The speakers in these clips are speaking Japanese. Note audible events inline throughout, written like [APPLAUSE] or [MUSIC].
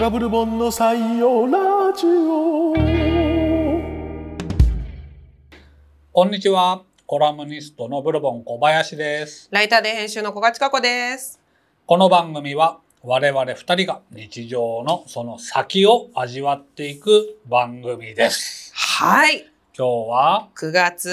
ラブル本の採用ラジオこんにちは。コラムニストのブルボン小林です。ライターで編集の小賀千佳子です。この番組は我々二人が日常のその先を味わっていく番組です。はい。今日は9月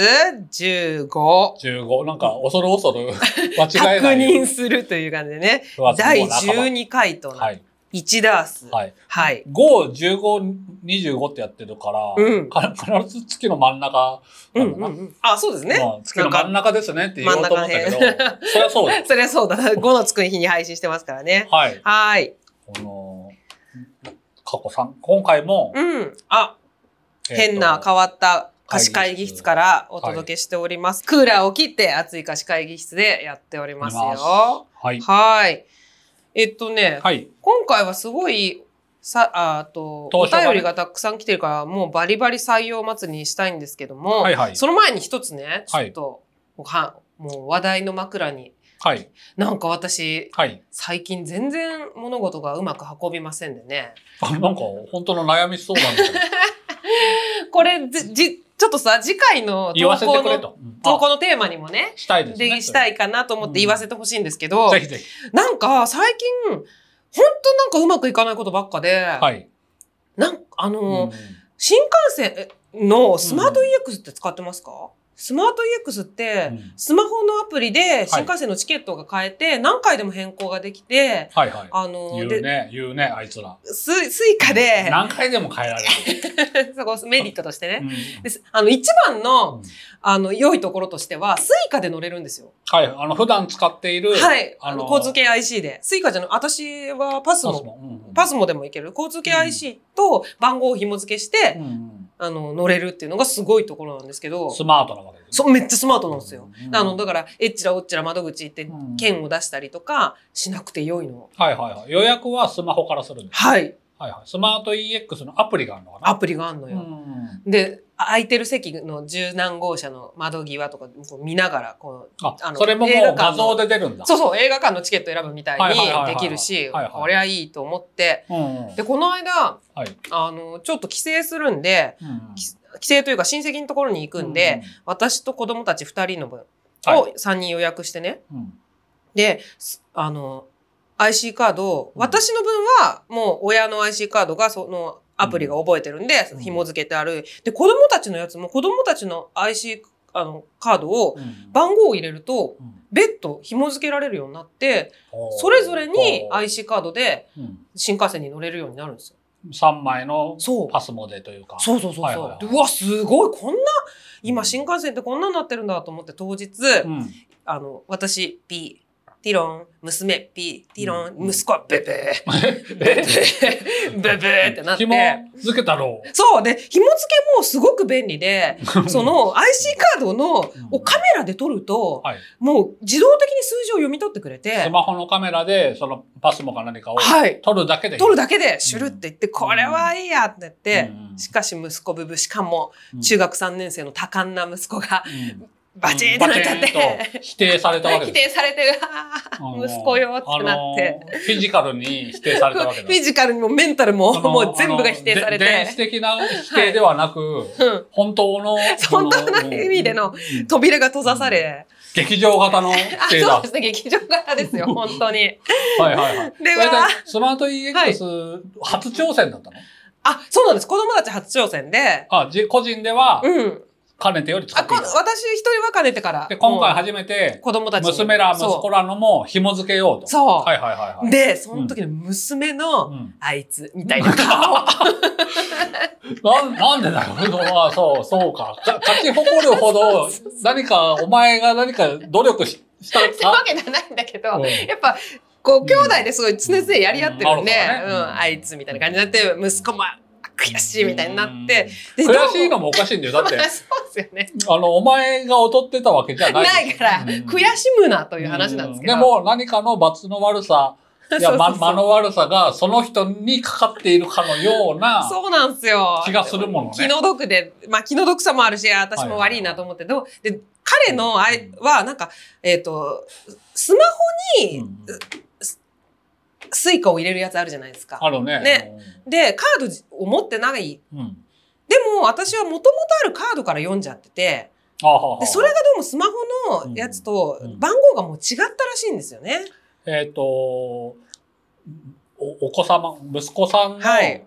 15。 15、なんか恐る恐 [LAUGHS] る間確違えないよう認に。するという感じでね9月も半ば。第12回とはい。 1ダース。はい。はい。5、15、25ってやってるから、うんか必ず月の真ん中うなんんだうな。んうん。あ、そうですね。まあ、月の真ん中ですねって言おうと思ったけど真ん中、そりゃそうです。そりゃそうだな。5のつく日に配信してますからね。はい。はい。この、過去さん、今回も、うん。あ、変な変わった貸し会議室からお届けしております。クーラーを切って熱い貸し会議室でやっておりますいますよ。はい。はい。えっとね、はい。今回はすごいさああと、当お初がね便りがたくさん来てるからもうバリバリ採用祭りにしたいんですけども、はいはいその前に一つねちはょいっと、はもう話題の枕にはい。なんか私はい。最近全然物事がうまく運びませんでねあなんか、本当の悩み相談みたいなこれじじちょっとさ次回の言わせ投稿てくれのと。うん投あ稿のテーマにもねしたいですね。でしたい。いかなと思って言わせてほしいんですけど、ぜひぜひ。なんか最近本当なんかうまくいかないことばっかで、はい。なんかあうの、ん新幹線のスマート EX って使ってますか、スマート EX って、うんスマホのアプリで新幹線のチケットが買えて、何回でも変更ができて、はいはい。あの、言うで、ね、言うね、あいつら。ススイカ [LAUGHS] で、何回でも変えられる。 [LAUGHS] そこメリットとしてね。うんですあの、一番うんの、あの、良いところとしては、スイカで乗れるんですよ。はい。あの、普段使っている、はい。ああのの、交通系 IC で。スイカじゃなく、私はパスパスモ、も。うんうんパスモでもいける。交通系 IC と番号を紐付けして、うんあの、乗れるっていうのがすごいところなんですけうどん。スマートなわけです。そう、めっちゃスマートなんですよ。うんあの、だから、えっちらおっちら窓口行ってうん、券を出したりとかしなくて良いの。はいはいはい。予約はスマホからするんです。はい。はいはい。スマート EX のアプリがあるのかなアプリがあんのうよ。んで、空いてる席の十何号車の窓際とかこう見ながら、こう、ああのそれもも映画う館画の像で出るんだ。そうそう、映画館のチケット選ぶみたいはいはいはいはにいできるしはいはい、こりゃいいと思って。うんうんで、この間、はいあの、ちょっと帰省するんで、うん帰省というか親戚のところに行くんで、、私と子供たち二人の分をは3人予約してね、うんうんで、すあの、IC カードを、うん私の分はもう親の IC カードがそのアプリが覚えてるんで、うん紐付けてある。で、子供たちのやつも子供たちの IC、あの、カードをうん番号を入れると、うん別途紐付けられるようになって、それぞれに、IC カードでうん新幹線に乗れるようになるんですよ。 3枚のそう。パスモデというか。そうそうそうそう。はいはいはいでうわ、すごい、こんな、今新幹線ってこんなになってるんだと思って当日、うんあの、私、ピー、ティロン、娘、ピー、ティロン、うん息子、ベベー、ベベ [LAUGHS] え [LAUGHS] ー、ベベー [LAUGHS] ってなっ紐て。付けたろう。そう。で、紐付けもすごく便 [LAUGHS] 利で、その IC カードのうんをカメラで撮ると、はいもう自動的に数字を読み取ってくれスて、マホのカメラで、そのパスモか何かをはい。撮るだけでいい。撮るだけでシュルっていって、これはいいやって言って、うんしかし息子ブブ、しかもうん中学3年生の多感な息子がうんバチーンってなっちゃっバチーンて、と否定さ [LAUGHS] れたわけ否です。定されて、うわうーん息子よってなって。。あのフィジカルに否定されたわけフでィす。ジカルにもメンタルも、あのもう全部が否定されあので電て子、的な否定ではなく、うん本当の、本当の意味でのうんうん扉が閉ざされ、劇場型の否 [LAUGHS] あ、定だそうで。すね、劇場型ですよ、本当に。はいはいはい。でそれでは、スマート EX 初挑戦だったの、あ、そうなんです、子供たち初挑戦で、あ、じ個人では、うん。かねてより使あ、っていこた。私一人は兼ねてから、で、今回も初めてう、子供たちに娘ら息子らのも紐付けようと。そうはいはいはい、そうはい。で、その時の娘の、うんあいつ、みたいな顔。なんなんでだろうまあそう、そうか。か勝ち誇るほど、何か、お前が何か努力ししたってわか。けじゃないんだけど、うんやっぱ、こう、兄弟ですごい常々やり合ってるんで、うんなるほうどねん、あいつみたいな感じになって、息子もあ悔しいみたいになって、うでん。悔しいのもおかしいんだよ。だってそう、ですよね。あの、お前が劣ってたわけじゃない。ないから、悔しむなとという話なんですけど。でも、何かの罰の悪さ、いや、 [LAUGHS] そうまそうそう間の悪さが、その人にかかっているかのような、そうなんですよ。気がするものね気の毒で、まあ気の毒さもあるし、あ私も悪いなと思って、どうで、彼のあいは、なんか、えっ、と、スマホにうんススイカを入れるやつあるじゃないですか。あるね。ねで、カードを持ってない。うん。うん。でも、私はもともとあるカードから読んじゃってて、あははでそれがどうもスマホのやつとうんうん番号がもう違ったらしいんですよね。えっ、と、おお子様、息子さんのはい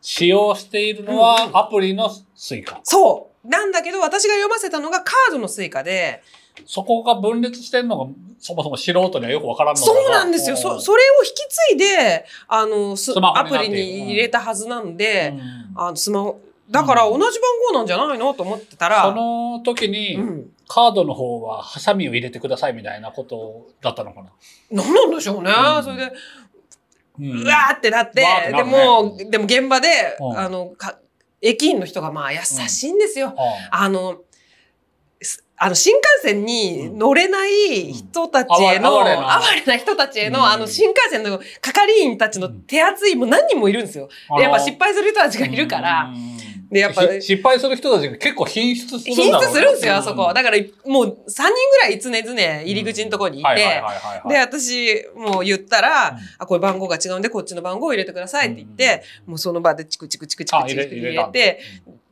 使用しているのうんうはアプリのスイカ。そうなんだけど、私が読ませたのがカードのスイカで、そこが分裂してるのがそもそも素人にはよくわからんのだがそうなんですよ。そそれを引き継いで、あの、すスマホアにプなってリいるに入れたはずなんで、うんあのスマホ、だから同じ番号なんじゃないのと思ってたら、その時うにん。カードの方はハサミを入れてくださいみたいなことだったのかな。何なんでしょうね。うんそれで、うんうわーってなって、うわーってなでるねも、でも現場で、うんあの、か駅員の人がまあ優しいんですよ。ああの、すあの新幹線に乗れない人たちへの、うん哀れあわ哀な人たちへの、うんあの新幹線の係員たちの手厚い、もう何人もいるんですよ。あでやっぱ失敗する人たちがいるから、うんでやっぱひ失敗する人たちが結構品質するん品だろう質するんですよ、あそこ。だだから、もう3人ぐらい常々入り口のところにいはいはいはて、いはいはい、で、私、もう言ったら、うんあ、これ番号が違うんで、こっちの番号を入れてくださいって言って、うんもうその場でチクチクチクチクあチ入れクチク入入れれたんだて、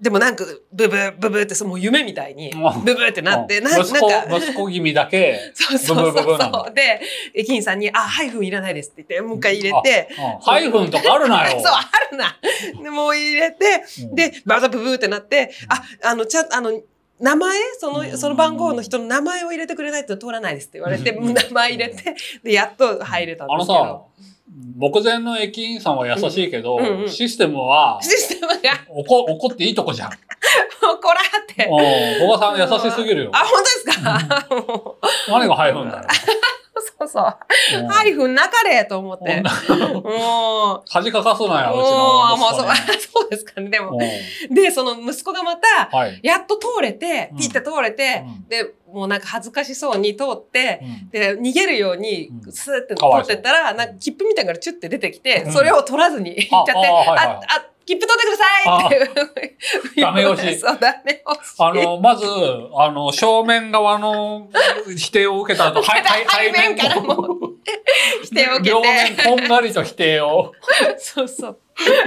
でもなんか、ブブー、ブブーって、そうもう夢みたいに、うんブブーってなって、うんななん息子か、息子気味だけ、そうそうブそブブブうなんそだう。で、駅員さんに、あ、ハイフンいらないですって言って、もう一回入れて、うんハイフンとかあるな [LAUGHS] そよう、。あるな。でもう入れて、うん、で、バザブブーってなって、あ、あの、ちゃん、あの、名前そうんの、その番号の人の名前を入れてくれないと通らないですって言われて、うん名前入れて、で、やっと入れたんあのですけど。さ、目前の駅員さんは優しいけど、うんうんうんシステムはシステムが、怒怒っていいとこじゃん。うんこらって。おばさん優しすぎるよ。あ、本当ですか [LAUGHS] もう何がハイフン [LAUGHS] だよ。そうそう。うんハイフンなかれと思って。もう、もう、恥かかすなよ、うちあもうのそ息子うに。 [LAUGHS] そうですかね。でも、うで、その息子がまた、んはい。やっと通れてうん、ピッて通れて、うんで、もうなんか恥ずかしそうに通って、うんで、逃げるようにう、んスーって通かわいっそうてったら、なんか切符みたいなのがチュッて出てきてう、んそれを取らずに行っちゃって、ああはいはいあ、あ、切符取ってくださいって。あダメ押し [LAUGHS] そう、ダメ押し。あの、まず、あの、正面側の否定を受けた後、はい背面からも否定を受けて。両面こんがりと否定を。そ [LAUGHS] うそう。かわめっち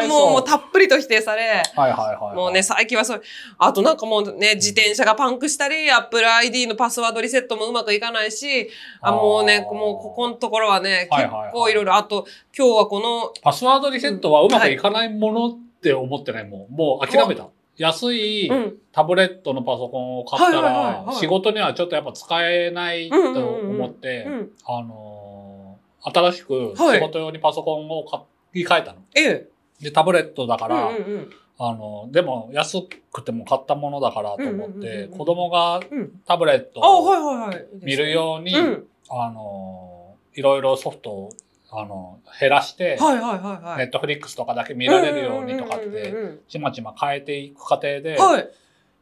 ゃいそうもうもうたっぷりと否定され、はいはいはいはい。もうね、最近はそう、あとなんかもうね、自転車がパンクしたり、Apple ID のパスワードリセットもうまくいかないし、ああーもうね、もうここのところはね、はい結はいはい構いろいろ、あと今日はこの、パスワードリセットはうまくいかないものって思ってないもん。もう諦めた。安いうん、タブレットのパソコンを買ったはいはいはいらは、い仕事にはちょっとやっぱ使えないと思ってう、ん、あのー、新しくはい仕事用にパソコンを買い替えたの。ええ、で、タブレットだかうら、んうんうん、あの、でも安くても買ったものだからと思っうんうんうんてう、ん子供がうんタブレットあ、はをいはいはい。見るようにう、ん、あの、いろいろソフトを、あの、減らして、はいはいはいはい。ネットフリックスとかだけ見られるようにとかっうんうて、んうんうんちまちま変えていく過程でう、んはい、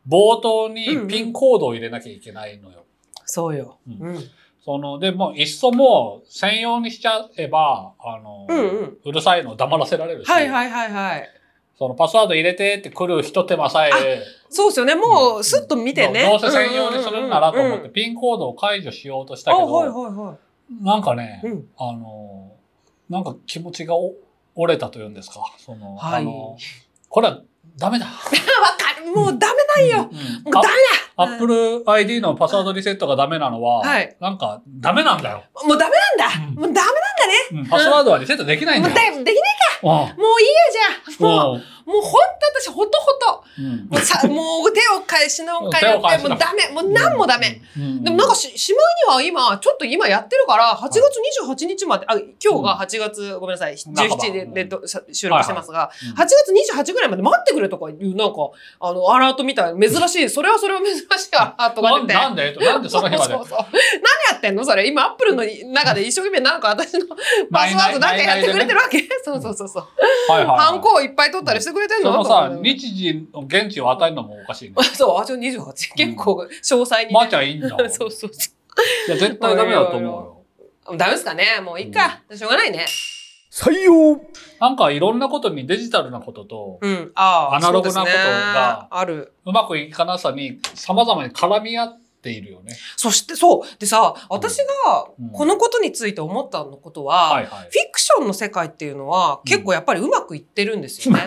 冒頭にピンコードを入れなきゃいけないのよ。そうよ。ううんん、うん、その、でも、いっそもう専用にしちゃえば、あのうんうん、うるさいのを黙らせられるし、はいはいはいはい。そのパスワード入れてって来る一手間さえ、そうですよね、もうすっと見てね。どうせ専用にするんならと思うっんうんうて、んピンコードを解除しようとしたあ、けはいど、はいはなんかねい。う、ん。あの、なんか気持ちがお折れたというんですか。その、はいあの、これはダメだ。わかる、もうダメないよ。うんもうダメだアップル ID のパスワードリセットがダメなのははい、なんかダメなんだよ。もうダメなんだ、うんもうダメうんパスワードはリセットできないんもだうよ。だいぶできないうんもういいやじゃんもうんう、もうほんと私ほとほと。うんもうさ、もう手を返しなおか手を返えして、もなうダメ、もう何もダメ。。うでもなんかし、しまいには今、ちょっと今やってるから、8月28日まで、あ、今日が8月、ごめんなさい、17日で半ばでどしゃ収録してますが、いはい8月28ぐらいまで待ってくれとかいう、なんか、あの、アラートみたい、珍しい、それはそれは珍しいアラートがな出て。なんでなんでその日までそうそうそう何やってんのそれ。今、アップルの中で一生懸命 [LAUGHS] なんか私のパスワードなんかやってくれてるわけそうそうそうそう。はいはいはいハンコをいっぱい取ったりしてくれてんそののさ、日日時の現地を与えるのもおかしいね。 [LAUGHS] そう、あ、ちょ、28。結構、詳細にね。まーちゃんいいんだ。い [LAUGHS] そうそうそや、絶対ダメだと思うよ。う。ダメですかねもういいか。しょうがないね。採用なんかいろんなことにデジタルなことと、うん。ああ、アナログなことがそうですねある。うまくいかなさに様々に絡み合っっているよね。そして、そう。でさ、私がうんこのことについて思ったのことは、はいはいフ。ィクションの世界っていうのは結構やっぱりうまくいってるんで [LAUGHS] すよね。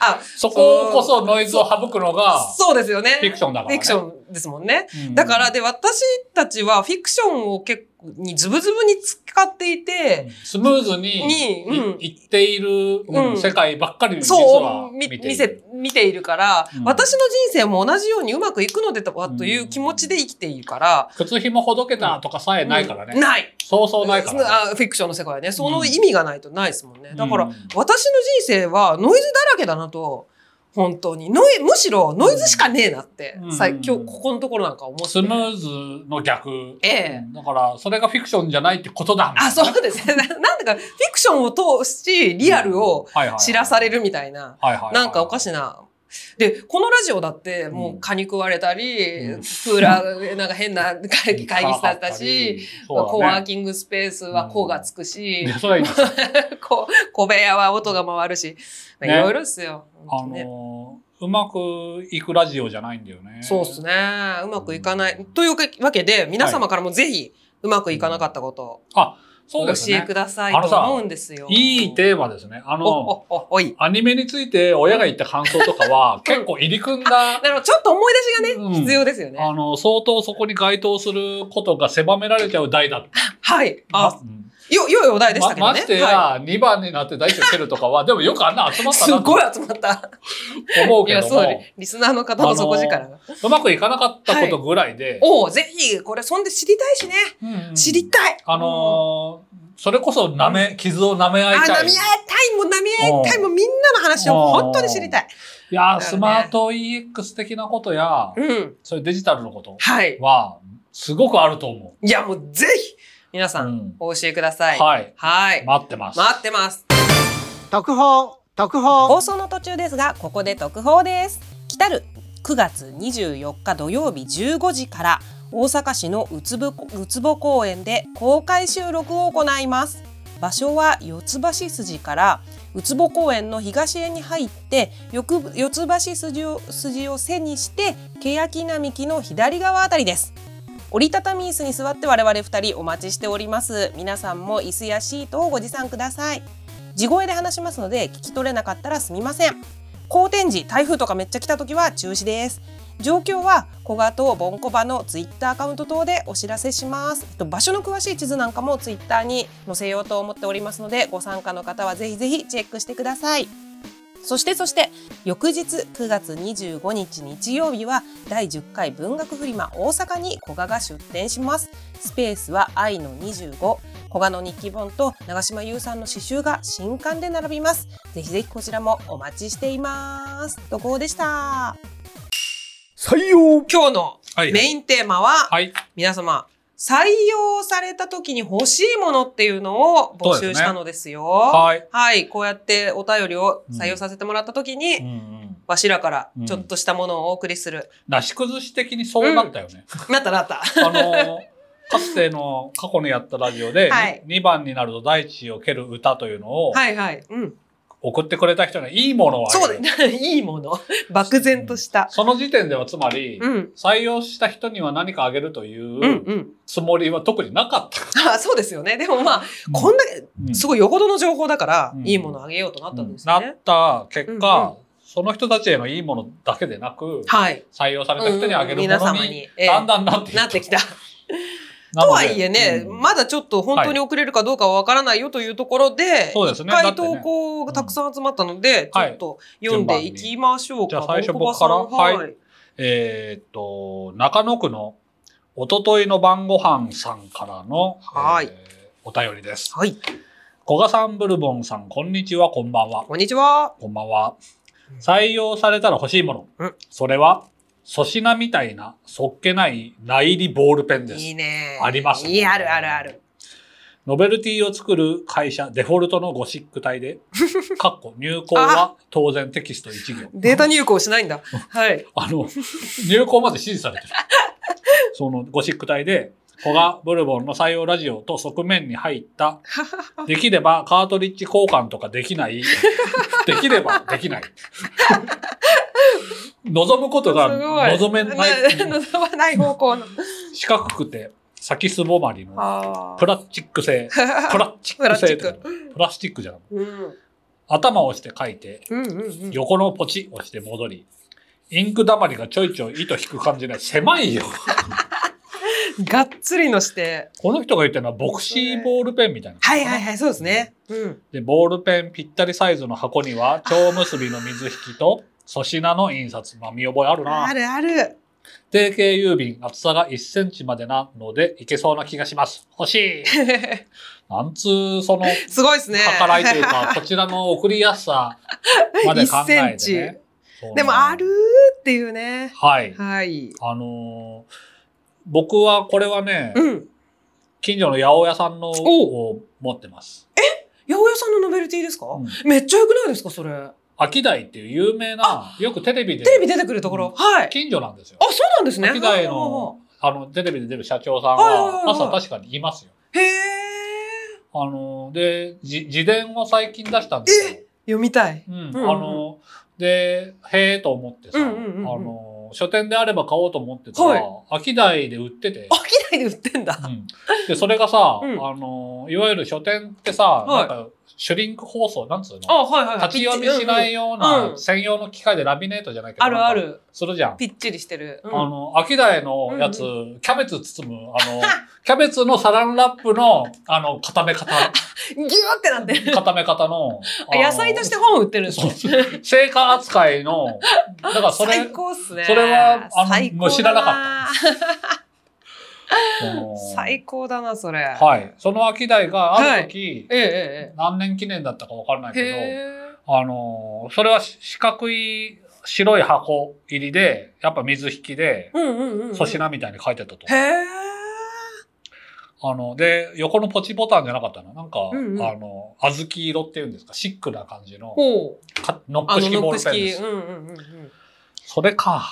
あ、そここそノイズを省くのが、そうですよね。フィクションだからねフィクションですもんね。うんだから、、で、私たちはフィクションを結構にズブズブに使っていて、スムーズににうんいいっている、うんうん世界ばっかり実そはう、見みている。見せ、見ているから、うん私の人生も同じようにうまくいくのではという気持ちで生きているから、靴ひもほどけたとかさえないからね。ない。そうそうないから、ね。あフィクションの世界はね、その意味がないとないですもんね。だから、うん私の人生はノイズだらけだなと、本当に。ノイむしろノイズしかねえなって、うんさい今日、ここのところなんか思って。スムーズの逆。ええうんだから、それがフィクションじゃないってことだ。あ、そうですね。 [LAUGHS] ななんだか、フィクションを通し、リアルを知らされる。るみたいな、はいはいはい、なんかおかしい。な。で、このラジオだって、もう蚊に食われたり、クーラー、なんか変な [LAUGHS] 会議会議室だったし、、そうだね、コワーキングスペースは「こ」がつくし、いやそれはいい [LAUGHS] ですよこ小部屋は音が回るし、まあねいろいろですよ。あ本当のねーうまくいくラジオじゃないんだよね。そうですね。うまくいかない。というわけで、皆様からもぜひ、うまくいかなかったことそをう教ですえねく。ださあいのとさ思うんですよ。いいテーマですね。あおの、おおおい。アニメについて親が言った感想とか [LAUGHS] は、結構入り組んだ、だからちょっと思い出しがね、うん必要ですよね。あの、相当そこに該当することが狭められちゃう題だった。はい。あ、うんよ、良いお題でしまたけどね。ましてはや、2番になって大地を蹴るとか [LAUGHS] は、でもよくあんな集まい、ったすなとごい集まった。思ういけや、どそうも、ね。リスナーの方の底力が。うまくいかなかったことぐらいで、おお、ぜひ、これ、そんで知りたいしね。うんうん知りたい。あのーそれこそ舐め、傷を舐めあ、合いたい。舐め合いいたいもん、舐め合いたいもん、みんなの話を本当に知りたい。やー、だよねスマート EX 的なことや、うん。そういうデジタルのことはい。は、すごくあると思いや、もうぜひ、皆さ、う。うんんお教えください。はい。はい。待ってます。待ってます。特報特報放送の途中ですがここで特報です来たる9月24日土曜日15時から大阪市のうつぼうつぼ公園で公開収録を行います場所は四つ橋筋からうつぼ公園の東へに入ってよく四つ橋筋を筋を背にして欅並木の左側あたりです折りたたみ椅子に座って我々二人お待ちしております皆さんも椅子やシートをご持参ください地声で話しますので聞き取れなかったらすみません好天時台風とかめっちゃ来た時は中止です状況は小賀とボンコバのツイッターアカウント等でお知らせしますえっと場所の詳しい地図なんかもツイッターに載せようと思っておりますのでご参加の方はぜひぜひチェックしてくださいそしてそして翌日9月25日日曜日は第10回文学フリマ大阪に小賀が出展しますスペースは愛の25古賀の日記本と長島優さんの詩集が新刊で並びます。ぜひぜひこちらもお待ちしています。とこでした。採用今日のはいメインテーマは、はい。皆様、採用された時に欲しいものっていうのを募そうですね集したのですよ。はい。はい。こうやってお便りを採用させてもらった時に、うんうん。わしらからうんちょっとしたものをお送りする。なし崩し的にそうなったよね。なった [LAUGHS] なった。あのー、かつての過去にやったラジオで、はい2番になると大地を蹴る歌というのをはいはい。うん。送ってくれた人にいいものをあげそる。うだ。 [LAUGHS] いいもの。漠然とした。その時点ではつまり、うん。採用した人には何かあげるというんううん。つもりは特になかった。あそうですよね。でもまあ、こんだけ、うんすごいよほどの情報だから、うんいいものあげようとなったんですなよっね。た結うんう果ん、その人たちへのいいものだけでなく、はい。採用された人にあげるも皆の様に、に、ええだんだんなっていなってきた。た。ととはいえね、まだだちょっと本当に遅れるかどうかはわからないよというところで、そうですね一だ回ってね投稿がたくさん集まったので、ちょはいっと読んでいきましょうか。順番にじゃあ最初僕大久保さんからは。はいえーっと、中野区のおとといの晩ご飯さんからの、はいえーお便りです。はい。古賀さん、ブルボンさん、こんにちは、こんばんは。こんにちは。こんばんは。採用されたら欲しいもの。うんそれは、粗品みたいな、そっけない、苗入りボールペンです。いいね。ありますねいい、あるあるある。ノベルティを作る会社、デフォルトのゴシック体 [LAUGHS] で、かっこ入稿は当然テキスト1行。データ入稿しな [LAUGHS] いんだ。はい。あの、入稿まで指示され [LAUGHS] てる。そのゴシック体で、古賀ブルボンの採用ラジオと側面に入った、できればカートリッジ [LAUGHS] 交換とかできない、できればできない。望むことがすごい望めない [LAUGHS] 望まない方向の。四角くて先すぼまりのあープラスチック [LAUGHS] 製プラスチック製って書いてあるプラスチックじゃんうん頭を押して書いてうんうんうん。横のポチ押して戻りインクだまりがちょいちょい糸引く感じない狭いよがっつりのして。この人が言ってるのはボクシーボールペンみたいなはいはいはい、そうですね。うん。でボールペンぴったりサイズの箱には蝶結びの水引きと粗品の印刷まあ見覚えあるあなるある。 [LAUGHS] 定型郵便厚さが1センチまでなのでいけそうな気がします欲しいなんつうそのすごいですね。計らいという [LAUGHS] か、こちらの送りやすさまで考え1て、ねセ。そうでもある。っていうね。はい。はい。あのー僕はこれはね、うん。近所の八百屋さんのを持ってます。八百屋さんのノベルティですか、うんめっちゃ良くないですかそれ。秋台っていう有名な、よくテレビで、テレビ出てくるところ。はい。近所なんですよあ、。そうなんですね。秋台ほうほうほの、あの、テレビで出る社長さんはいはいはいは、はい朝確かにいますよ。う。へえ。あのーで、じ自伝を最近出したんですよ。読みたい。うん、うんうんあの、で、へえと思ってさ、うんうんうんうんあの、書店であれば買おうと思ってたら、はい秋台で売ってて、飽きないで売ってんだ。うんで、それがさ、うんあの、いわゆる書店ってさ、はいなんか、シュリンク包装、なんつうあ、のはいはいはい。立ち読みしないい。よううなん専用の機械でラミネートじゃないけど、あるなんあかる。するじゃん。ぴっちりしてる。うあんの、秋田のやつ、うキャベツ包む、あの、 [LAUGHS] キャベツのサランラップの、あの、固め [LAUGHS] 方、ギューってなってる。、固め方のあ野菜として本売ってるんですそうね。そう成果扱いの、だからそれ最、高っすね。それはあの最高だもう知らなかその最高だな、それ。はい。その秋代がある時、えええええ何年記念だったかわからないえ。けへど、あの、それは四角い白い箱入りで、やっぱ水引きで、ーうんうんうんうん。粗品みたいに書いてたと。へえ。あの、で、横のポチボタンじゃなかったの。なんか、うんうんあの、小豆色っていうんですか、シックな感じの、ほう。かノッあクの、式ノッボークルペンで式。すうん。うんうんうん。それか。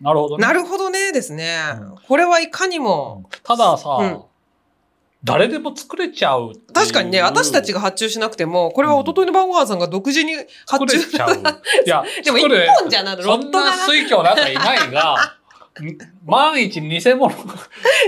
なるほどね。なるほどね、ですねう。これはいかにも。たださ、うん誰でも作れちゃうっていう確かにね、私たちが発注しなくても、これは一昨日の晩ご飯さんが独自に発作注れちゃう。いや、 [LAUGHS] でも一作る本じゃなロそッんトながな水郷なんかいないが、 [LAUGHS] ん万一偽物、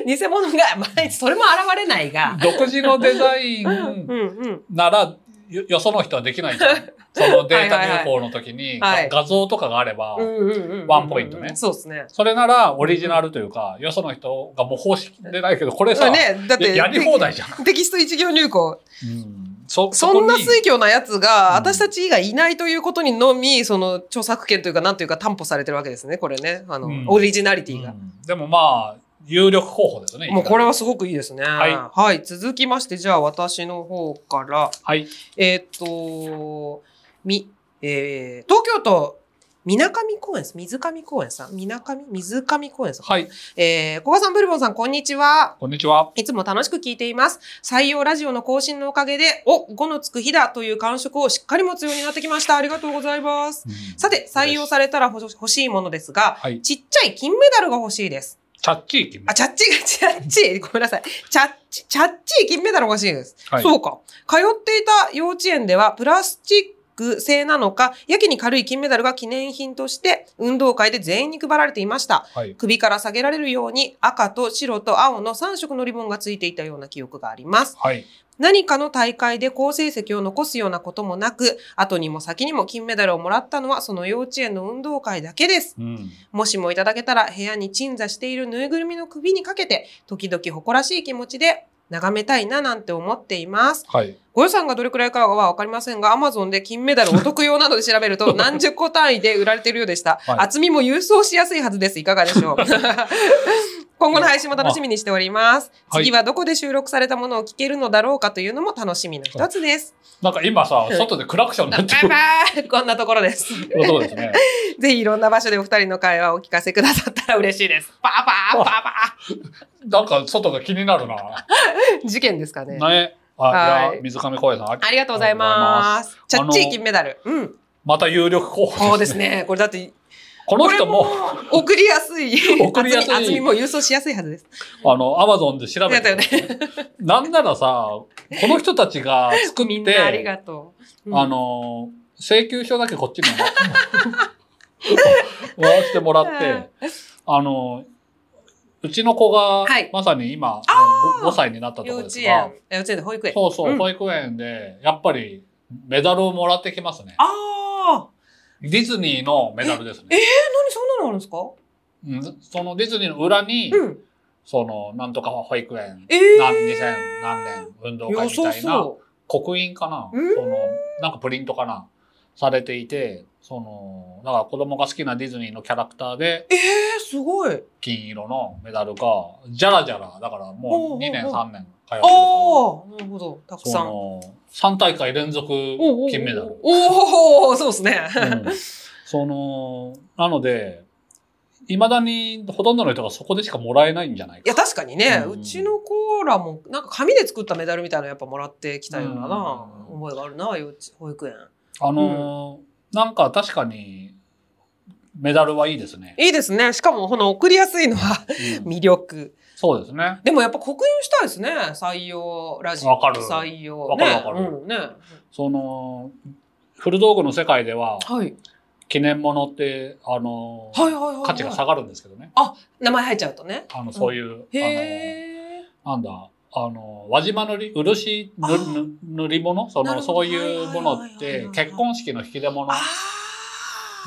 偽物が [LAUGHS] 毎日それも現れないが。独自のデザイうんンうん。なら、よよその人はできないじ [LAUGHS] ゃん。そのデータ入稿の時に、はいはいはいはい画像とかがあれば、うんうんうん。ワンポイントねそうですね。それならオリジナルというか、よその人がもう方式でないけど、これさ、ね、だってややり放題じゃん。テキスト一行入稿。うんそそんなこに水教なやつが、うん私たち以外いないということにのみ、その著作権というか、なんというか担保されてるわけですね、これね。あの、うんオリジナリティがう。んでもまあ、有力候補ですね。もうこれはすごくいいですね。はいはい。続きまして、じゃあ私の方から、はい。えーっと、み、えー、東京都、水上公園です。水上公園さん。水上、水上公園さん。はい。えー、古賀さん、ブルボンさん、こんにちは。こんにちは。いつも楽しく聞いています。採用ラジオの更新のおかげで、お、5のつく日だという感触をしっかり持つようになってきました。ありがとうございます。さて、採用れされたらほし欲しいものですが、はい。ちっちゃい金メダルが欲しいです。チャッチー君あ、チャッチ [LAUGHS] ー、チャッチー、ごめんなさい。チャッチ、チャッチー金メダルが欲しいです。はいそうか。通っていた幼稚園では、プラスチック製なのか、やけに軽い金メダルが記念品として、運動会で全員に配られていました。はい。首から下げられるように赤と白と青の3色のリボンがついていたような記憶があります。はい。何かの大会で好成績を残すようなこともなく、後にも先にも金メダルをもらったのはその幼稚園の運動会だけです。うん。もしもいただけたら部屋に鎮座しているぬいぐるみの首にかけて、時々誇らしい気持ちで眺めたいななんて思っています。はい。ご予算がどれくらいかはわかりませんが、Amazon で金メダルお得用などで調べ [LAUGHS] ると何十個単位で売られているようでした。はい厚みも郵送しやすいはずです。いかがでしょう [LAUGHS] 今後の配信も楽しみにしております。はい次はどこで収録されたものを聞けるのだろうかというのも楽しみの一つです。なんか今さう、ん外でクラクションになってバイる。バイこんなところです。そうです [LAUGHS] ね。ぜひいろんな場所でお二人の会話をお聞かせくださったら嬉しいです。パーパーパーパなんか外が気になるな。ー事件ですかね。ね。あ、はいいや、水上公園さん、あありがとうございます。チあャりがとうッございますチー金メダル。うん。また有力候そ補うです。ね。これだってこの人も、送りやすい。送りやすい厚み厚みも郵送しやすいはずです。あの、アマゾンで調べだてよね。なんならさ、この人たちが作っみんなありて、がとう。うんあ、の、請求書だけこっちに [LAUGHS] 回してもらって、あの、うちの子が、はいまさに今、あー 5, 歳になったとこ幼ろで稚すが園、、幼稚園で保育園。そうそう、うん保育園で、やっぱりメダルをもらってきますね。ああ、ディズニーのメダルですえね。何そんなのあるんですか？うんそのディズニーの裏に、うん。その、なんとか保育園、ええ何2000何年運動会良みたさいな、そ刻印かな、うんその、なんかプリントかな、されていて、その、だから子供が好きなディズニーのキャラクターで、う。ええすごい。金色のメダルが、じゃらじゃら、だからもう2年おうおうおう3年通ってるかあらあ、なるほど。たくそさん。の、3大会連続おうおうおう金メダル。おお、そうですね。うんその、なので、いまだにほとんどの人がそこでしかもらえないんじゃないいか。や確かにね、ううんちのコーラもなんか紙で作ったメダルみたいなのやっぱもらってきたようなな、うん覚えがあるな幼稚保育園あのー、なんか確かに、メダルはいいですね。いいですねしかもこの送りやすいのは [LAUGHS] うん魅力そうですね。でもやっぱ刻印したいですね採用ラジオわかる採用わかるわかるね,、うん、ねその、古道具の世界では、はい記念物って、あのーはいはいはいはい価値が下がるんですけどね。名前入っちゃうとねあの、そういう、あのー、へえなんだ、あの、輪島塗り、漆あー塗塗り物そなるの、ほそどういうものっはいはいはいはいては、い結婚式の引き出物あ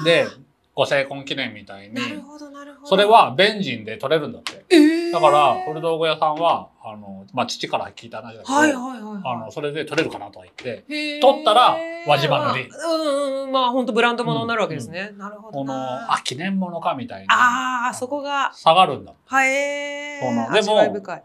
ーで、ご成婚記念みたいにな、るほどなるほどそれはベンジンで取れるんだって。えーだから、古道具屋さんは、あの、まあ、父から聞いた話だけど、はいはいはいはいあの、それで取れるかなとは言って、へー取ったら輪島塗りまあうんうんまあ本当ブランドものになるわけですね、なるほどこの、なあ、記念物かみたいな、あーそこが下がるんだ。はえそのでー、も味わい深い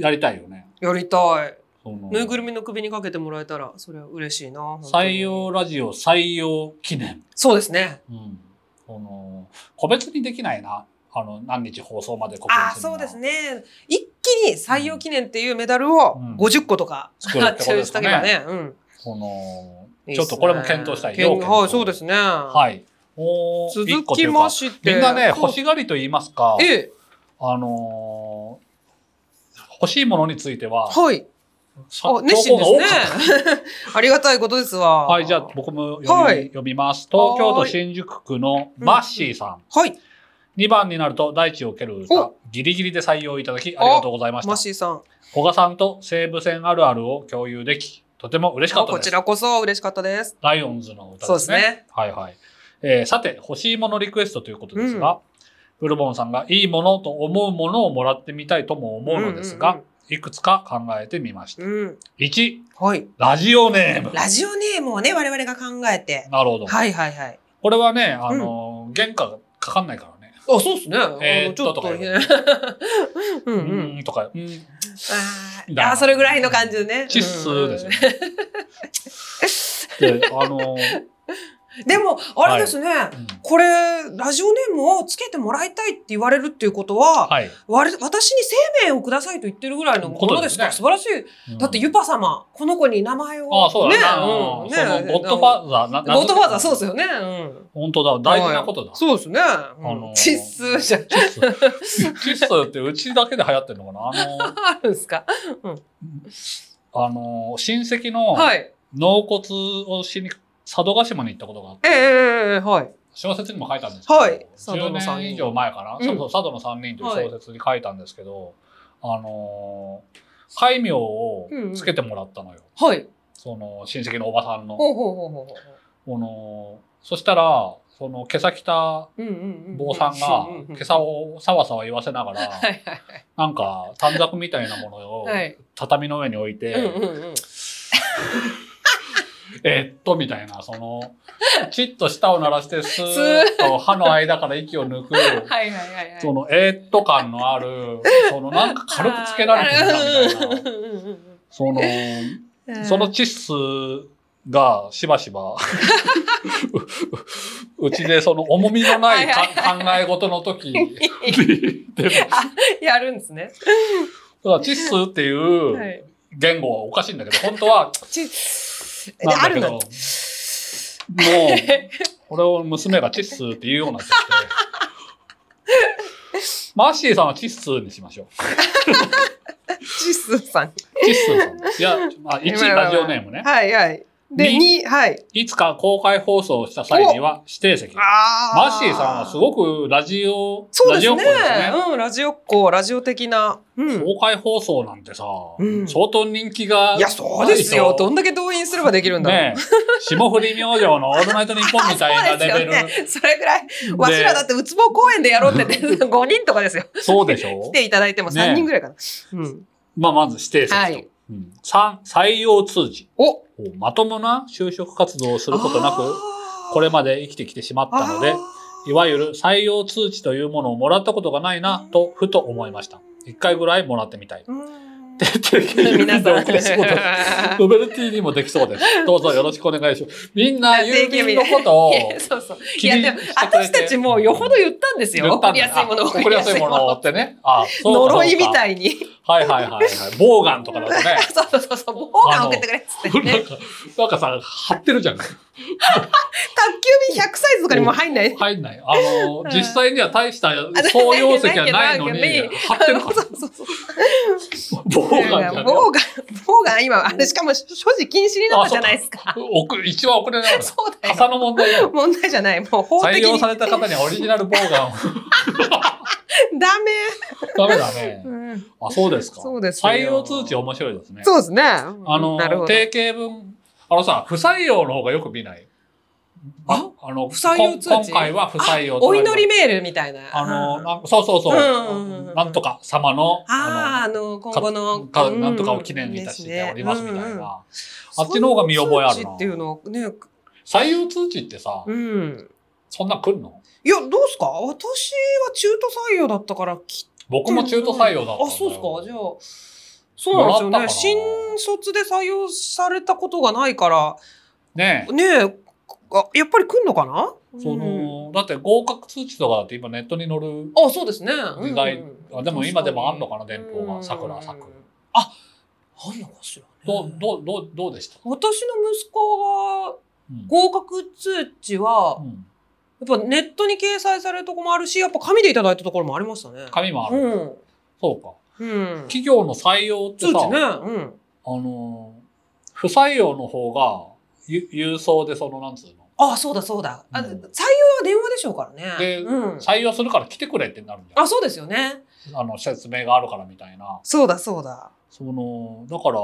やりたいよね。やりたいそのぬいぐるみの首にかけてもらえたらそれは嬉しいな本当に採用ラジオ採用記念。そうですねうん、この個別にできないなあの何日放送まで告あ知すーるそのうはですね一気に採用記念っていうメダルをうん50個とか作るってことですかね発注しとけばね、このうん、ちょっとこれも検討したい検要討検討はいそうですね、ははいおー一個と続いきうかましてみんなねそう欲しがりと言いますかええあのー欲しいものについては、はいさあ、熱心で投稿が多かったすね。 [LAUGHS] ありがたいことですわ。はい、じゃあ僕も読み,、はい読みます。東京は都ーい新宿区のマッシーさん。はい、 2番になると大地を受ける歌お、ギリギリで採用いただきありがとうございましマッた。シーさん。古賀さんと西武線あるあるを共有でき、とても嬉しかったこですち。らこそ嬉しかったです。ライオンズの歌そでうですすね。ね。はいはい。えーさて、欲しいものリクエストということですが、ブルボンさんがいいものと思うものをもらってみたいとも思うのですが、いくつか考えてみました。うんうんうん、うん。 1、はい。ラジオネーム。ラジオネームをね、我々が考えて。なるほど。はいはいはい。これはね、あのー、原価がかかんないからね。あ、そうですね。えーあのっちょとっととか言ねう。ううん [LAUGHS] うん。ん、とか、うん、あだーあー、それぐらいの感じ [LAUGHS] でね。チッスーですよね。で、あのー、うんでも、あれですね。うんこれ、ラジオネームをつけてもらいたいって言われるっていうことは、はい。われ私に生命をくださいと言ってるぐらいのものですから、こ素晴らしいだってユパ様、この子に名前を。ああ、そうだな。うんねそのゴッドファーザーな、なゴッドファーザー、そうですよね。うん本当だ、大事なことだ。そうですね。のーチッスじゃチッソチッソってうちだけで流行ってるのかなあ [LAUGHS] あるんですか。の、あの、親戚のはい。納骨をしに、佐渡島に行ったことがあって、ええええはい。小説にも書いたんですはいけ佐ど、渡の10三人年以上前かな、うんそうそう佐渡の3人という小説に書いたんですけど、あの、戒名をつけてもらったのよ。はい。その、親戚のおばさんの。ほうほうほうほうほこの、そしたら、その、今朝来たう。うんうんうん。坊さんがうう、う今朝をさわさわ言わせながら、 [LAUGHS] はいはいなんか短冊みたいなものをはい。はい。畳の上に置いて、うんうんうん。えっと、みたいな、そ [LAUGHS] の、チッと舌を鳴らして、スーッと歯の間から息を抜く、はいはいはいはい。その、えっと感のある、その、なんか軽くつけられてるな、みたいな。うんうんうんその、うんそのチッスがしばしば、ううちでその重みのないか考え事の時 [LAUGHS] に、でだかやるんですね。らチッスっていう、はい。言語はおかしいんだけど、本当 [LAUGHS] は、チッス。でなあんだるけのど、もう、これを娘がチッスーって言うようになっちゃって、マッシーさんはチッスーにしましょう。チッスさん。チッスーさん。いや、まあ、1まあまあラジオネームね。はいはい。で、2、はい。いつか公開放送した際には指定席。マあッシーさんはすい。ごくラジオ、そうラでジすオっね子ですね。うん、ラジオっ子、ラジオ的な。うん。公開放送なんてさ、うん相当人気が。いや、そうですよ。どんんだけ動員すればできるんだろう。ねえ霜降り明星のオールナイトニッポンみたいなレベ [LAUGHS] ル。そうですよね。それぐらい。わしらだって、ウツボ公園でやろうって言 [LAUGHS] って、5人とかですよ。そうでしょ来ていただいてもね3人ぐらいかな。うん。まあ、まず指定席と。はいうん、3、採用通知。おまともな就職活動をすることなく、これまで生きてきてしまったので、いわゆる採用通知というものをもらったことがないな、と、ふと思いました。一回ぐらいもらってみたい。 [LAUGHS] ゆ徹底研究 [LAUGHS] 皆で [LAUGHS] さおん返し仕事ですノベルティにもできそう [LAUGHS] です。どうぞよろしくお願いします。みんな郵便のことをそうそう。 [LAUGHS] い気や、にでしもてくれて、私たちもよほど言ったんですよ。言った送んりだやすいも [LAUGHS] のあを送りやすいものをってね。あ、そうか呪いみそうかたいに。はいはいはいはい。ボーガンとかだとね。 [LAUGHS] そうそうそうそう。棒が送ってくれっつ [LAUGHS] ってなねん。か、なんかさ、貼ってるじゃん。宅急便100サイズとかにも入 [LAUGHS] んない。入んない。あの、実際には大した総容積はないのにないけど、貼ってるかそうそうそう。ら。ボーガンじゃね棒が、棒が今、あれしかも所持禁止になったじゃないですか。え。送る一番遅れなの。そうだよ。傘の問題よ。問題じゃない。もう法採的用にされた方にはオリジナルボーガンを。 [LAUGHS] ダダメだねメ。。うんあ、そうですか。そうですよ採用通知面白いですね。そうですね。ああのなるほ、ど。定型文、あのさ、不採用の方がよく見ない。ああの、不採用通知こん今回は不採用あお祈り目。メールみたいな。あの、なんそうそうそう。うんうんうんなんとか様の、あーああの、今の後の。かうなんとかを記念いたしておりますみたいな。ですねうんうんあっちの方が見覚えあそるういうな通知っていうのね、採用通知ってさ、うん。そんな来んのいや、どうすか私は中途採用だったからき僕も中途採用だったんだよあ、そうですかじゃあ。そうなんですよもらね。ったかな新卒で採用されたことがないから、ねえ。ねえ、あやっぱり来んのかなそ、の、だって合格通知とかだって今ネットに載るうんあ、そうですね。意外うんあでも今でもあんのかな伝統がうん桜咲くあ、あんのかしらね。どう、どう、どう、どうでした私の息子がうん合格通知はう、んやっぱネットに掲載されるとこもあるし、やっぱ紙でいただいたところもありましたね。紙もある。うん。そうか。うん。企業の採用って通さ、知ね。うん。あのー、不採用の方がゆ郵送でその、なんつうの、あ、そうだそうだ。あうん採用は電話でしょうからね。でうん。採用するから来てくれってなるんじゃあ、そうですよね。ん。あの、説明があるからみたいな。そうだそうだ。その、だから、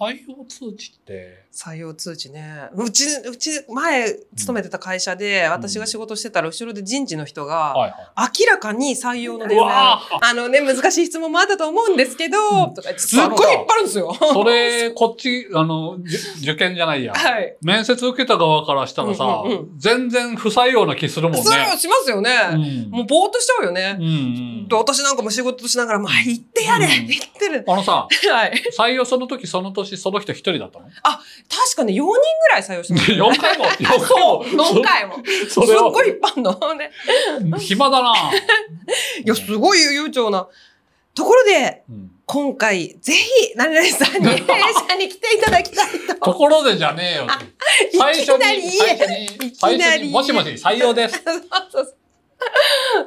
採用通知って、採用通知ね。うち、うち、前勤めてた会社で、私が仕事してたら後ろで人事の人が、はいは明らかに採用のい。電う話。わあのね、難しい質問もあったと思うんですけど、うんとか言ってすっごい引っ張るんですよ。ーそれ、こっち、あの、じゅ受験じゃないや。はい。面接受けた側からしたらさ、うんうん全然不採用な気するもんね。そうしますよね。うんもうぼーっとしちゃうよね。うんうんで私なんかも仕事しながら、まあ、言ってやれ、うん言ってる。 [LAUGHS] あのさ、はい。採用その時その年その人一人だった [LAUGHS] の確かね、4人ぐらい採用し [LAUGHS] てます。 [LAUGHS] ?4 回も ?4 回そう、も何回も。[LAUGHS] すそっそれをごい引っ張んの。ね暇 [LAUGHS] だないや、すごい悠長な。ところで、うん今回、ぜひ、何々さ [LAUGHS] んに、弊社に来ていただきたいと。ところでじゃねえよって。最初いきなりに、最初いに、きな最り初に、もしもし、採用です。 [LAUGHS] そうそう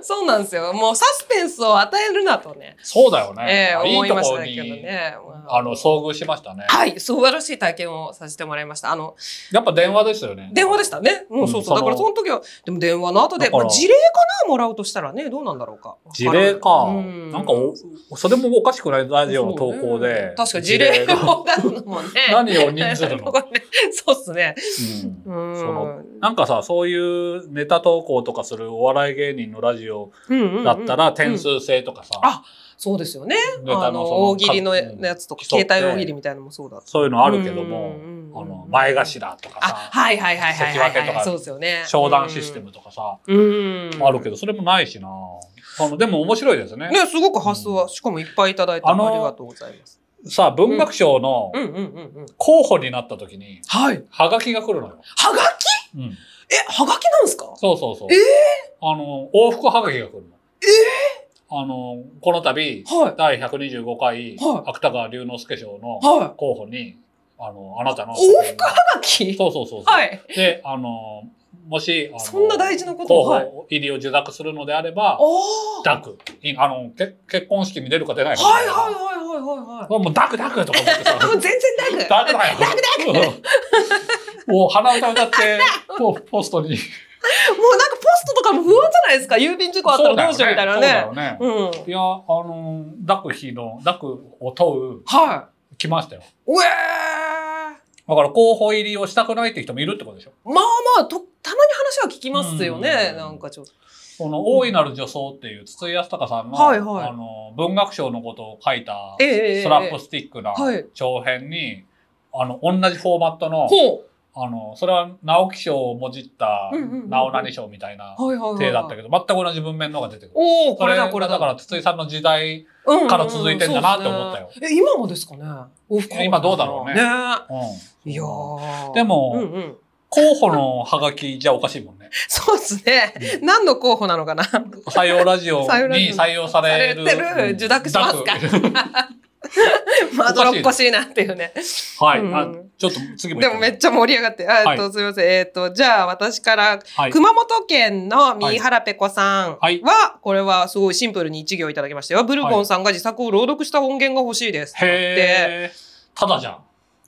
そうなんですよ。もうサスペンスを与えるなとね、そうだよえね。えい思いいとましこたに、けどね。まああの、遭遇しましたね。はい、素晴らしい体験をさせてもらいました。あの、やっぱ電話ですよね。電話でしたね。う、うんんそうそそう。だのからその時は、でも電話の後で、だからまあ事例かなもらうとしたらね、どうなんだろうか。事例か。うんなんかお、それもおかしくないラジオの投稿そうでね。確かに事例が。[LAUGHS] を出すのもね [LAUGHS] 何を認ずるのこれね [LAUGHS] そうっすね。うんうそのん。なんかさ、そういうネタ投稿とかするお笑い芸人のラジオだだったら点数制とかさ、あそうですよね。ネあタののその大喜利のうんやつとか、競っ携て帯大喜利みたいなのもそうだ。そういうのあるけどもうんうんうん、うんあの前頭とかあ、さ、はいはいはいはいはい、関脇とはい。かそうですよね。商談システムとかさ、うん。うん。あるけど、それもないしな。あのでも面白いですね。ね、すごく発想うは、んしかもいっぱいいただいたあのありがとうございます。さあ、文学賞のうんうんうんうん。候補になった時に、はい。ハガキが来るのよ。はがきうんえ、はがきなんですかそうそうそう。えあの、往復ハガキが来るの。あの、この度、はい。第125回、はい芥川龍之介賞のはい。候補に、あの、あなたの。往復はがきそうそうそうそう。はい。で、あの、もし、あのそんな大事なこと候はい補入りを受諾するのであれば、おー。ダク。いあの、け結婚式に出るか出ないか。はいはいはいはいはいはい。 [LAUGHS] もうダクダクとか思ってさ。あもう全然なく。ダクだよ。もう鼻歌歌って、ポポストに。うなんかポストとかも不安じゃないですか郵便事故あったらどうしようみたいなねそうだよね。うんいや、あのー、ダクヒの、ダクを問う、は来ましたよ。いうえだから候補入りをしたくないって人もいるってことでしょ。ーまあまあとたまに話は聞きますよね、うんなんかちょっとこの大いなる女装っていう筒井康隆さんの、はいはいあの文学賞のことを書いたええええスラップスティックなはい長編に、あの同じフォーマットのほあのそれは直木賞をもじったうんうんうんうん直何賞みたいなうはいはいはいはい体だったけど全く同じ文面のが出てくる。おおこれだそこれだだから筒井さんの時代、うんうんうんから続いてんだなって思ったよそうですねえ今もですかね往復いや今どうだろうねうんいやーでもうんうん、候補のハガキじゃおかしいもんね。そうですね何の候補なのかな [LAUGHS] 採用ラジオに採用ラジオ採用される。されてる受諾しますかうんまどろっこしいなっていうねはい、うんあ。ちょっと次もでもめっちゃ盛り上がって、あえっと、はすみません。えっと、じゃあ私から、ゃ、はい、熊本県の三原ペコさんは、はいこれはすごいシンプルに一行いただきましたよ。ブルゴンさんが自作を朗読した音源が欲しいです。ってへえ。ただじゃん。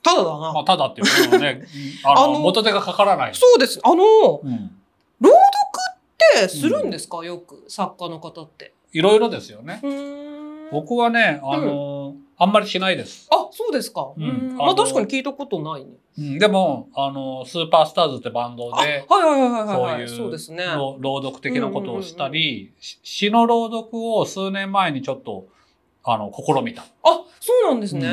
ただだな。まあ、ただっていうのは [LAUGHS] ね、あのあの元手がかからない。そうです。あの、朗うん読ってするんですか、よく、作家の方って。いろいろですよね。うーん僕はね、あのーあんまりしないです。あ、そうですか。うんうんあまあの確かに聞いたことないね。うんでも、あのースーパースターズってバンドあ、はいで、はいはいそうはいはい。いうそうですね。ろ朗読的なことをしたり、し詩の朗読を数年前にちょっと、あの、試みた。あ、そうなんですね。うん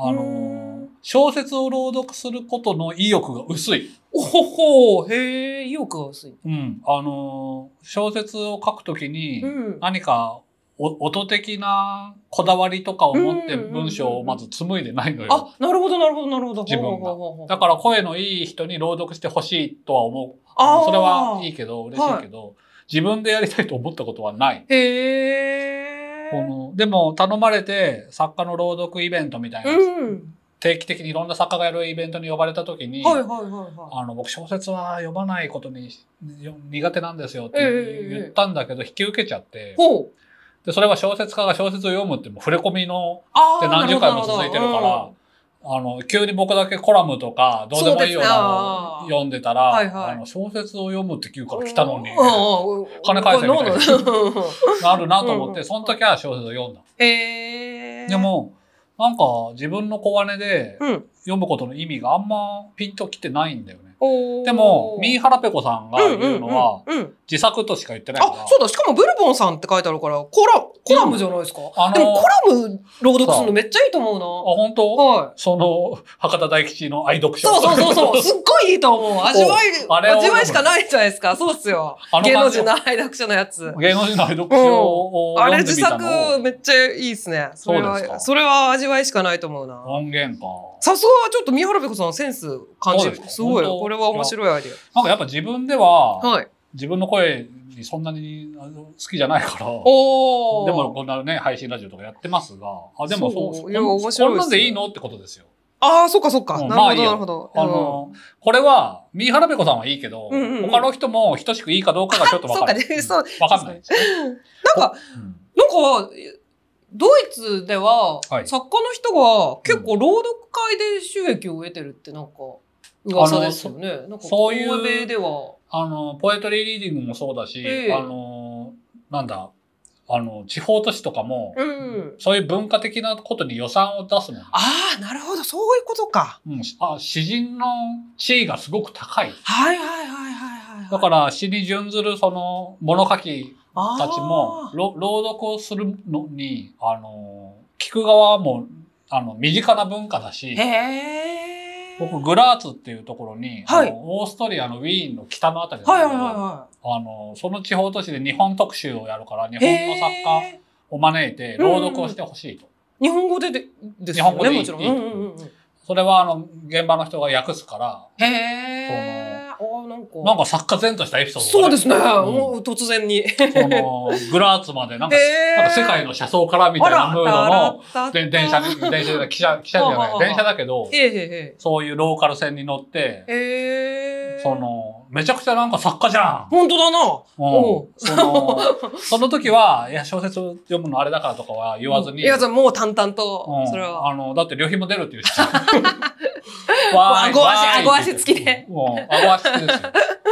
あのーうーん小説を朗読することの意欲が薄い。おほほへえ、意欲が薄い。うん。あのー小説を書くときに、うん。何かお音的なこだわりとかを持って文章をまず紡いでないのよ。あ、なるほど、なるほど、なるほど。自分がほうほうほうほうだから声のいい人に朗読してほしいとは思う。あーそれはいいけど、嬉しいけど、自分でやりたいと思ったことはない。へえ。このでも頼まれて作家の朗読イベントみたいな、うん。定期的にいろんな作家がやるイベントに呼ばれた時に、はいはいはいはあの僕小説は読まないことによ苦手なんですよってええ言ったんだけど、引き受けちゃってい。ほう。でそれは小説家が小説を読むってもう触れ込みのあであ。何十回も続いてるかなほら、あの、急に僕だけコラムとか、どうでもいいようなのをそうですね読んでたら、はいはいあの小説を読むっていうから来たのに、どうんうん金返せみたいなうんうんなるなと思っうんうて、んその時は小説を読んだ。へえ。で、も、なんか自分の小金でうん。読むことの意味があんまピンときてないんだよね。おーでも、ミーハラペコさんが言うのは、うんうんうんうん自作としか言ってないからあ、、そうだ。しかもブルボンさんって書いてあるから、コラ、コラムじゃないですか。あのでもコラム朗読するのめっちゃいいとあ思本当うな。はい。その、博多大吉の愛読書。そうそうそうそう。すっごいいいと思う。味わい、あれを味わいしかないじゃないですか。そうっすよ [LAUGHS] あの。感じ芸能人の愛読者のやつ。芸能人の愛読書をあ読れんで自みたのを。作めっちゃいいっすね。それそうですかは、それは味わいしかないと思うな。音源か。さすがはちょっと三原べこさんのセンス感じそうでする。かすごい。本当これは面白いアイデなんかやっぱ自分では、ア。はい。自分の声にそんなにあの好きじゃないから、でもおー。こんなね、配信ラジオとかやってますが、あ、でもそう、そうこんいや面白いこんですなんでいいのってことですよ。ああ、そっかそっか。うなんるまあほいいど、よなるほど。あの、これは、三原べこさんはいいけど、うんうんうん他の人も等しくいいかどうかがちょっとわかんない。あそっかねそうわかんないですね。 [LAUGHS] なんか、うんなんか、ドイツでは、はい作家の人が結構朗読会で収益を得てるってなんか、噂ですよね。なんか、そういう欧米では。あの、ポエトリーリーディングもそうだし、ええあの、なんだ、あの、地方都市とかも、うんそういう文化的なことに予算を出すもん、ああ、なるほど、そういうことか。うん、あ詩人の地位がすごく高い。はいはいはいはいはい。だから詩に準ずるその物書きらたちも、ろ朗読をするのに、あの、聞く側も、あの、身近な文化だしへ、え。僕、グラーツっていうところに、はいあのオーストリアのウィーンの北のあたりはいなはんいだはいけどはあの、その地方都市で日本特集をやるから、日い。本の作家家。を招いて朗読をしてほしいと。日本語ででですよ日本語でね、いいもちろん。いいうんうんうんそれは、あの、現場の人が訳すから、へえ。ああ、なんか。なんか作家前としたエピソードそうがねですね。んもう突然に。このグラーツまでなんか、へーなんか世界の車窓からみたいなムーあらドの、たらたで電車に、電車じゃない、汽 [LAUGHS] 車、汽車じゃはあなはあい、電車だけどえ、ええそういうローカル線に乗ってえ、ええ。そ。の、めちゃくちゃなんか作家じゃん、うん本当だな。おうその、その時は、いや、小説読むのあれだからとかは言わずに、いや、じゃあもう淡々うとん、それは。 [LAUGHS] あの、だって旅費も出るっていうし、わーいあご足、わーいあご足付きで。もう、顎足で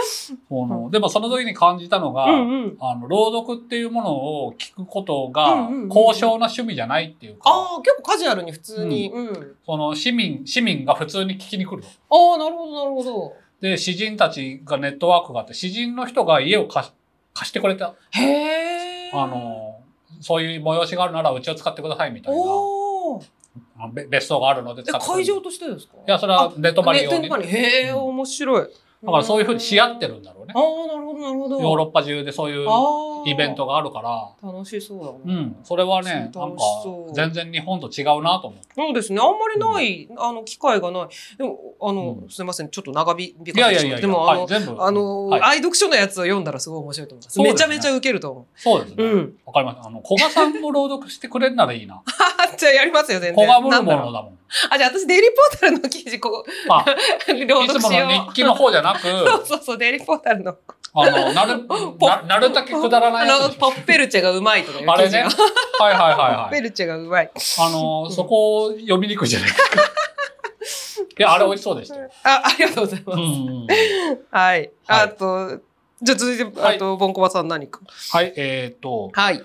すよ。このでもその時に感じたのが、うん。あの、朗読っていうものを聞くことがうんうんうん、高尚な趣味じゃないっていうか、ああ、結構カジュアルに普通に。うん。その市民、市民が普通に聞きに来るの。ああ、なるほど、なるほど。で、詩人たちがネットワークがあって、詩人の人が家を貸し貸してくれた。へえ。あ、の、そういう催しがあるならうちを使ってくださいみたいな。おお。あべ別荘があるのでで使ってく会れる場としてですかいや、それはネットバリネッ用トに。にだ管理。へえ、うん面白い。からそういうふうにし合ってる。るんだろうねあ。あ、なるほど、なるほど。ヨーロッパ中でそういうあーイベントがあるから。楽しそううだな。ん、それはね、そなうんか楽しそう全然日本と違うなと思って。そうですね。あんまりない、あの、機会がない。でも、あの、うんすみません。ちょっと長引きいやいやいやいや、でも、あはいの、全部。あの、はい愛読書のやつを読んだらすごい面白いと思います。そうでめすちゃねめちゃ受けると思そうですう。うね。ん。わかりました。あの、古賀さんも朗読してくれんならいいな。あ、じゃあやりますよ、全古然。賀ブルボなんだルろのうだもん。あ、じゃあ私、デイリーポータルの記事、ここ、 [LAUGHS] あ、朗いつ読もしよのう。日記の方じゃ [LAUGHS] なく、そうそうそう、デイリーポータルの。あの、なる、ななるだけくだらなあいやつの、でしポょ。ッペルチェがうまいとかいうあ記れ事ね。が。はいポはいッはいはペい。ルチェがうまい。あの、そこを読みにくいじゃないですか。 [LAUGHS] いや、あれ美味しそうでしたよ。あ、ありがとうございまうす。ん。はい。はいあと、じゃあ続いて、はあいと、ボンコバさん何か。はい、えっと、はい。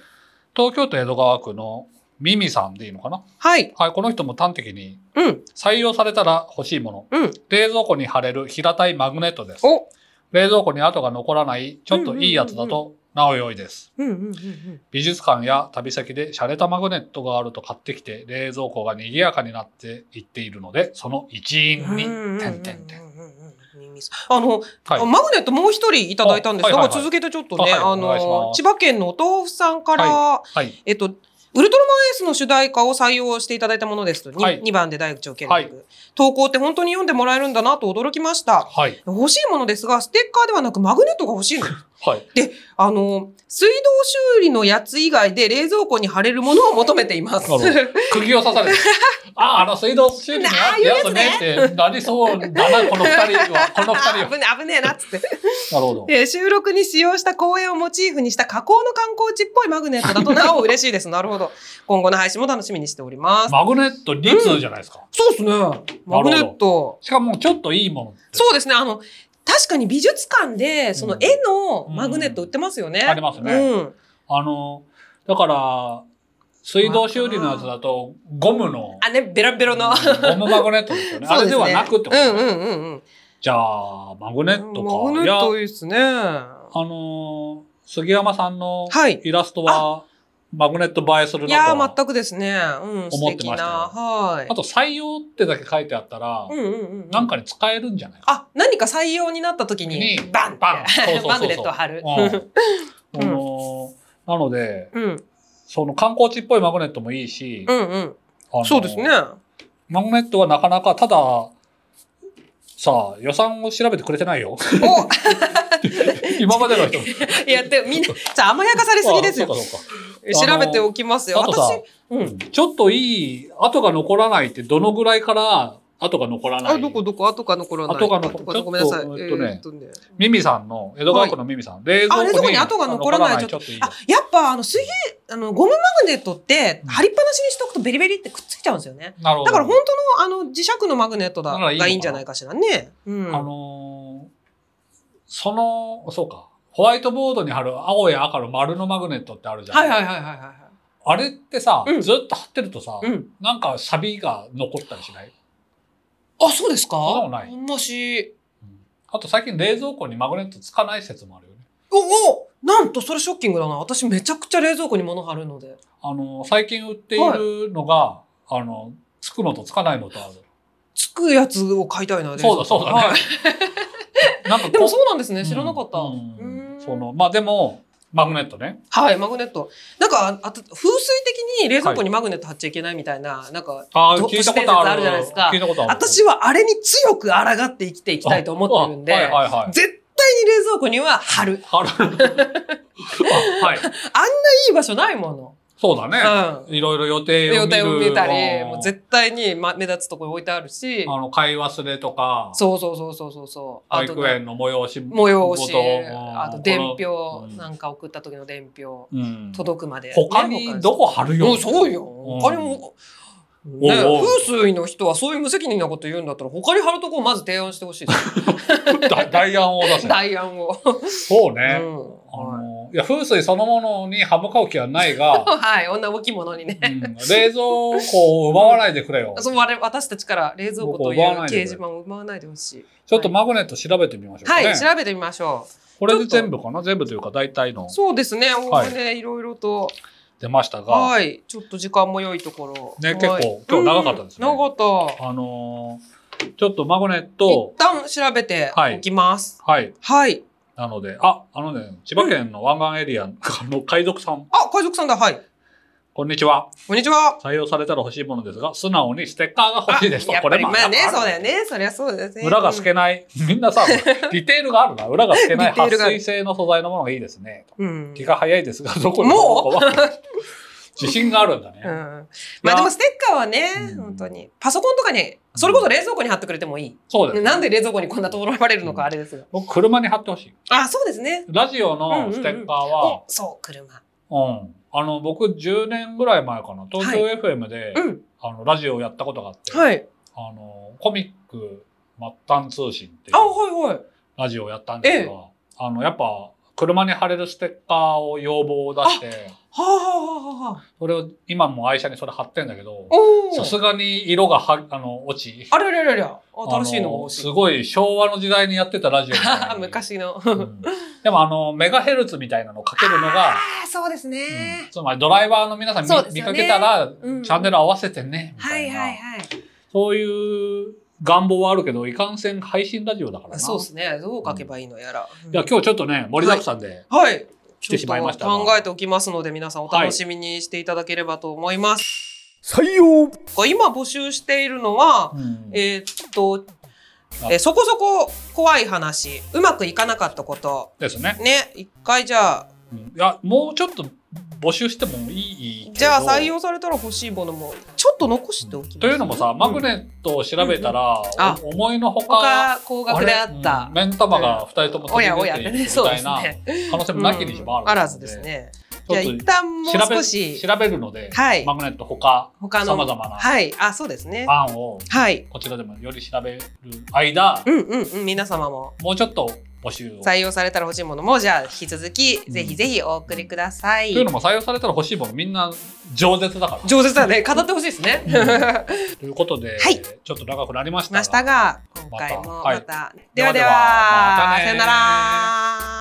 東京都江戸川区のミミさんでいいのかなはい。はい、この人も端的にうん。採用されたら欲しいもの。うん。冷蔵庫に貼れる平たいマグネットです。お冷蔵庫に跡が残らない、ちょっといいやつだと、なお良いです。うんうんうんうん。美術館や旅先で洒落たマグネットがあると買ってきて、冷蔵庫が賑やかになっていっているので、その一員に、てんてんてん。うんうんうんうんうん。あの、はい。マグネットもう一人いただいたんですあが、はいはいはい続けてちょっとね、あはいあお願いしのま、す千葉県のお豆腐さんから、はい。えっと、ウルトラマンエースの主題歌を採用していただいたものですと、にはい2番で大口を蹴る、はい投稿って本当に読んでもらえるんだなと驚きました。はい。欲しいものですが、ステッカーではなくマグネットが欲しいの。はい。あの、水道修理のやつ以外で冷蔵庫に貼れるものを求めています。なる釘を刺 [LAUGHS] されてる。あ、あの水道修理のやああいうややつつねねってなりそうだな、この二人は。この二人は。 [LAUGHS] あ危ねえ、危ねえなっつって。なるほど。えー収録に使用した公園をモチーフにした加工の観光地っぽいマグネット [LAUGHS] だとなお嬉しいです。なるほど。今後の配信も楽しみにしております。 [LAUGHS] マグネット2通じゃないですか。そうですね。マグネット。しかもちょっといいものってそうですね。あの、確かに美術館で、その絵のマグネット売ってますよね。うんありますねうん。あの、だから、水道修理のやつだと、ゴムの、あ、ね、ベロベロの。ゴムマグネットですよね。あれではなくってこと、うんうんうんうん。じゃあ、マグネットか。マグいネや、ッあトいいですね。いのー、杉山さんのはいイラストは、マグネット映えするなやとー、全くですね。うん、素思って敵まな。したよはいあ。と、採用ってだけ書いてあったら、うんうんうん。なんかに使えるんじゃないか。あ、何か採用になった時に、に [LAUGHS] バンバンそうそうそうそうマグネットを貼る。うんうんあのーなので、うん、うんその観光地っぽいマグネットもいいし、うん、あのーそうですね。マグネットはなかなか、ただ、さあ、予算を調べてくれてない [LAUGHS] よ。お、今までの人。いやって、みんな、じゃあ甘やかされすぎですよ。あそうかそうか調べておきますよ。あとさ私、うかん。ちょっといい、跡が残らないって、どのぐらいから跡が残らないあ、どこどこ、後か残らない。後が残後ごめんなさい。ちょっとええっとねーっとね。ミミさんの、江戸川区のミミさん、冷蔵庫にあ冷蔵庫に跡が残らないちょっといいよ [LAUGHS] あ、やっぱ、あの、水平、あの、ゴムマグネットって、うん貼りっぱなしにしておくとベリベリってくっついちゃうんですよね。なるほだど。から本当の、あの、磁石のマグネットだならいいのかながいいんじゃないかしらね。うん。あのーその、そうか。ホワイトボードに貼る青や赤の丸のマグネットってあるじゃん。はいはいはいはいはあれってさ、うんずっと貼ってるとさ、い。うん。なんか錆が残ったりしないあ、そうですかそんなことないあんまし。あと最近冷蔵庫にマグネットつかない説もあるよね。お、おなんとそれショッキングだな。私めちゃくちゃ冷蔵庫に物貼るので。あの、最近売っているのが、あの、つくのとつかないのとある。つくやつを買いたいな、冷蔵そう庫だそうだね。はい [LAUGHS] なんかこでもそうなんですね。知らなかった。うんうーんその、まあでも、マグネットね。はい、マグネット。なんか、ああと、風水的に冷蔵庫にマグネット貼っちゃいけないみたいな、なんか、ああ、ど聞いたことある。都市伝説あるじゃないですか聞いたことある。私はあれに強く抗って生きていきたいと思ってるんで、あはいはい [LAUGHS] はい。絶対に冷蔵庫には貼る。あるあはい。いい場所ないもそうだね。の。うん。いろいろ予定を予見る。定を見たり、うんもう絶対にま目立つとこに置いてあるし、あの、買い忘れとか、そうそうそうそうそうそう。保あと育園の催し模催しごとうんあと伝票このうんなんか送った時の伝票うん届くまで他にどこ貼るよもうそうよん他にもおねうおう風水の人はそういう無責任なこと言うんだったら、他に貼るとこをまず提案してほしい [LAUGHS] でだ [LAUGHS] 代案を出せす。。代案を。そうね。あうんのいや風水そのものに歯向かう気はない [LAUGHS] が、はい、女大きいものにねう。ん、冷蔵庫を奪わないでくれよ。そう我々私たちから冷蔵庫と僕い奪わうないで掲くれ示板を奪わないでほしい。ちょっとマグネット調べてみましょうかはね。い、調べてみましょこれで全部かな全部というか大体のう。そうですね、おおはいむねいろいろと。出ましたが、はい、ちょっと時間も良いところ。ねはい結構今日長かったですねうん長かった。あのーちょっとマグネッ一ト、旦調べておきます。はい。はい。なので、あ、あのね、千葉県の湾岸エリアの海賊さん、あ、海賊さんだ。はい。こんにちは。こんにちは。採用されたら欲しいものですが、素直にステッカーが欲 [LAUGHS] しいですと。やっぱりこまれあね、やっぱそうだよね。そりゃそうですね。裏が透けない。みんな [LAUGHS] さ、ディテールがあるな。裏が透けないディテー撥ルがある水性の素材のものがいいですね。うん。気が早いですが、どこにもどうこは自信があるんだね。うんまあでもステッカーはね、うん本当に。パソコンとかに、それこそ冷蔵庫に貼ってくれてもいい。そうだよね。なんで冷蔵庫にこんなとろわれるのかあれですが。僕、車に貼ってほしい。あ、そうですね。ラジオのステッカーはお、、そう、車。うん。あの、僕、10年ぐらい前かな、東京 FM で、うん。あの、ラジオをやったことがあって、はい。あの、コミック末端通信っていあ、うはいはい。ラジオをやったんですが、あの、やっぱ、車に貼れるステッカーを要望を出して、はあはあはあはあ。それを、今も愛車にそれ貼ってんだけど、おさすー。がに色がは、あの、落ち。あれれれれ。新しいのが欲しあすい。ごい昭和の時代にやってたラジオみたいなあ [LAUGHS] 昔の。うんでもあの、メガヘルツみたいなのをかけるのが、あー、そうですうん。つまりドライバーの皆さん見,、そうですよねかけたら、うんチャンネル合わせてね。みはたいいなはいはい。そういう願望はあるけど、いかんせん配信ラジオだからな。そうですね。どう書けばいいのやら。いや、今日ちょっとね、盛りだくさんで、はい。来てしまいましたちがょっと考えておきますので、皆さんお楽しみにしていただければと思います。採用今募集しているのは、うんえーっとあ、えーそこそこ怖い話、うまくいかなかったこと。ですね、ね、一回じゃあ、うんいや、もうちょっと募集してもいいけど。じゃあ採用されたら欲しいものも、ちょっと残しておきます。というのもさ、マグットネットを調べたら、あお思いのほか、他、高額であった。れうん目ん玉が二人とも飛おびやお出やってているね、みそうたでいすなね。可能性もなきにしもある、うんあらずです。ね。ちじょゃあっと一旦もう調べ少し、調べるので、はいマグネット他他さまのざまなはい、あ、そうですね。案をはい。こちらでもより調べる間、うんうんうん、皆様ももうちょっと募集を。と採用されたら欲しいものも、じゃあ引き続き、ぜひぜひお送りください。いうのも採用されたら欲しいものみんな饒舌だから。上手だね、語ってほしいですね。 [LAUGHS] ということで、はいちょっと長くなりましたまが。したが、今回もまたまた。ではででは、はではまたねさよなら。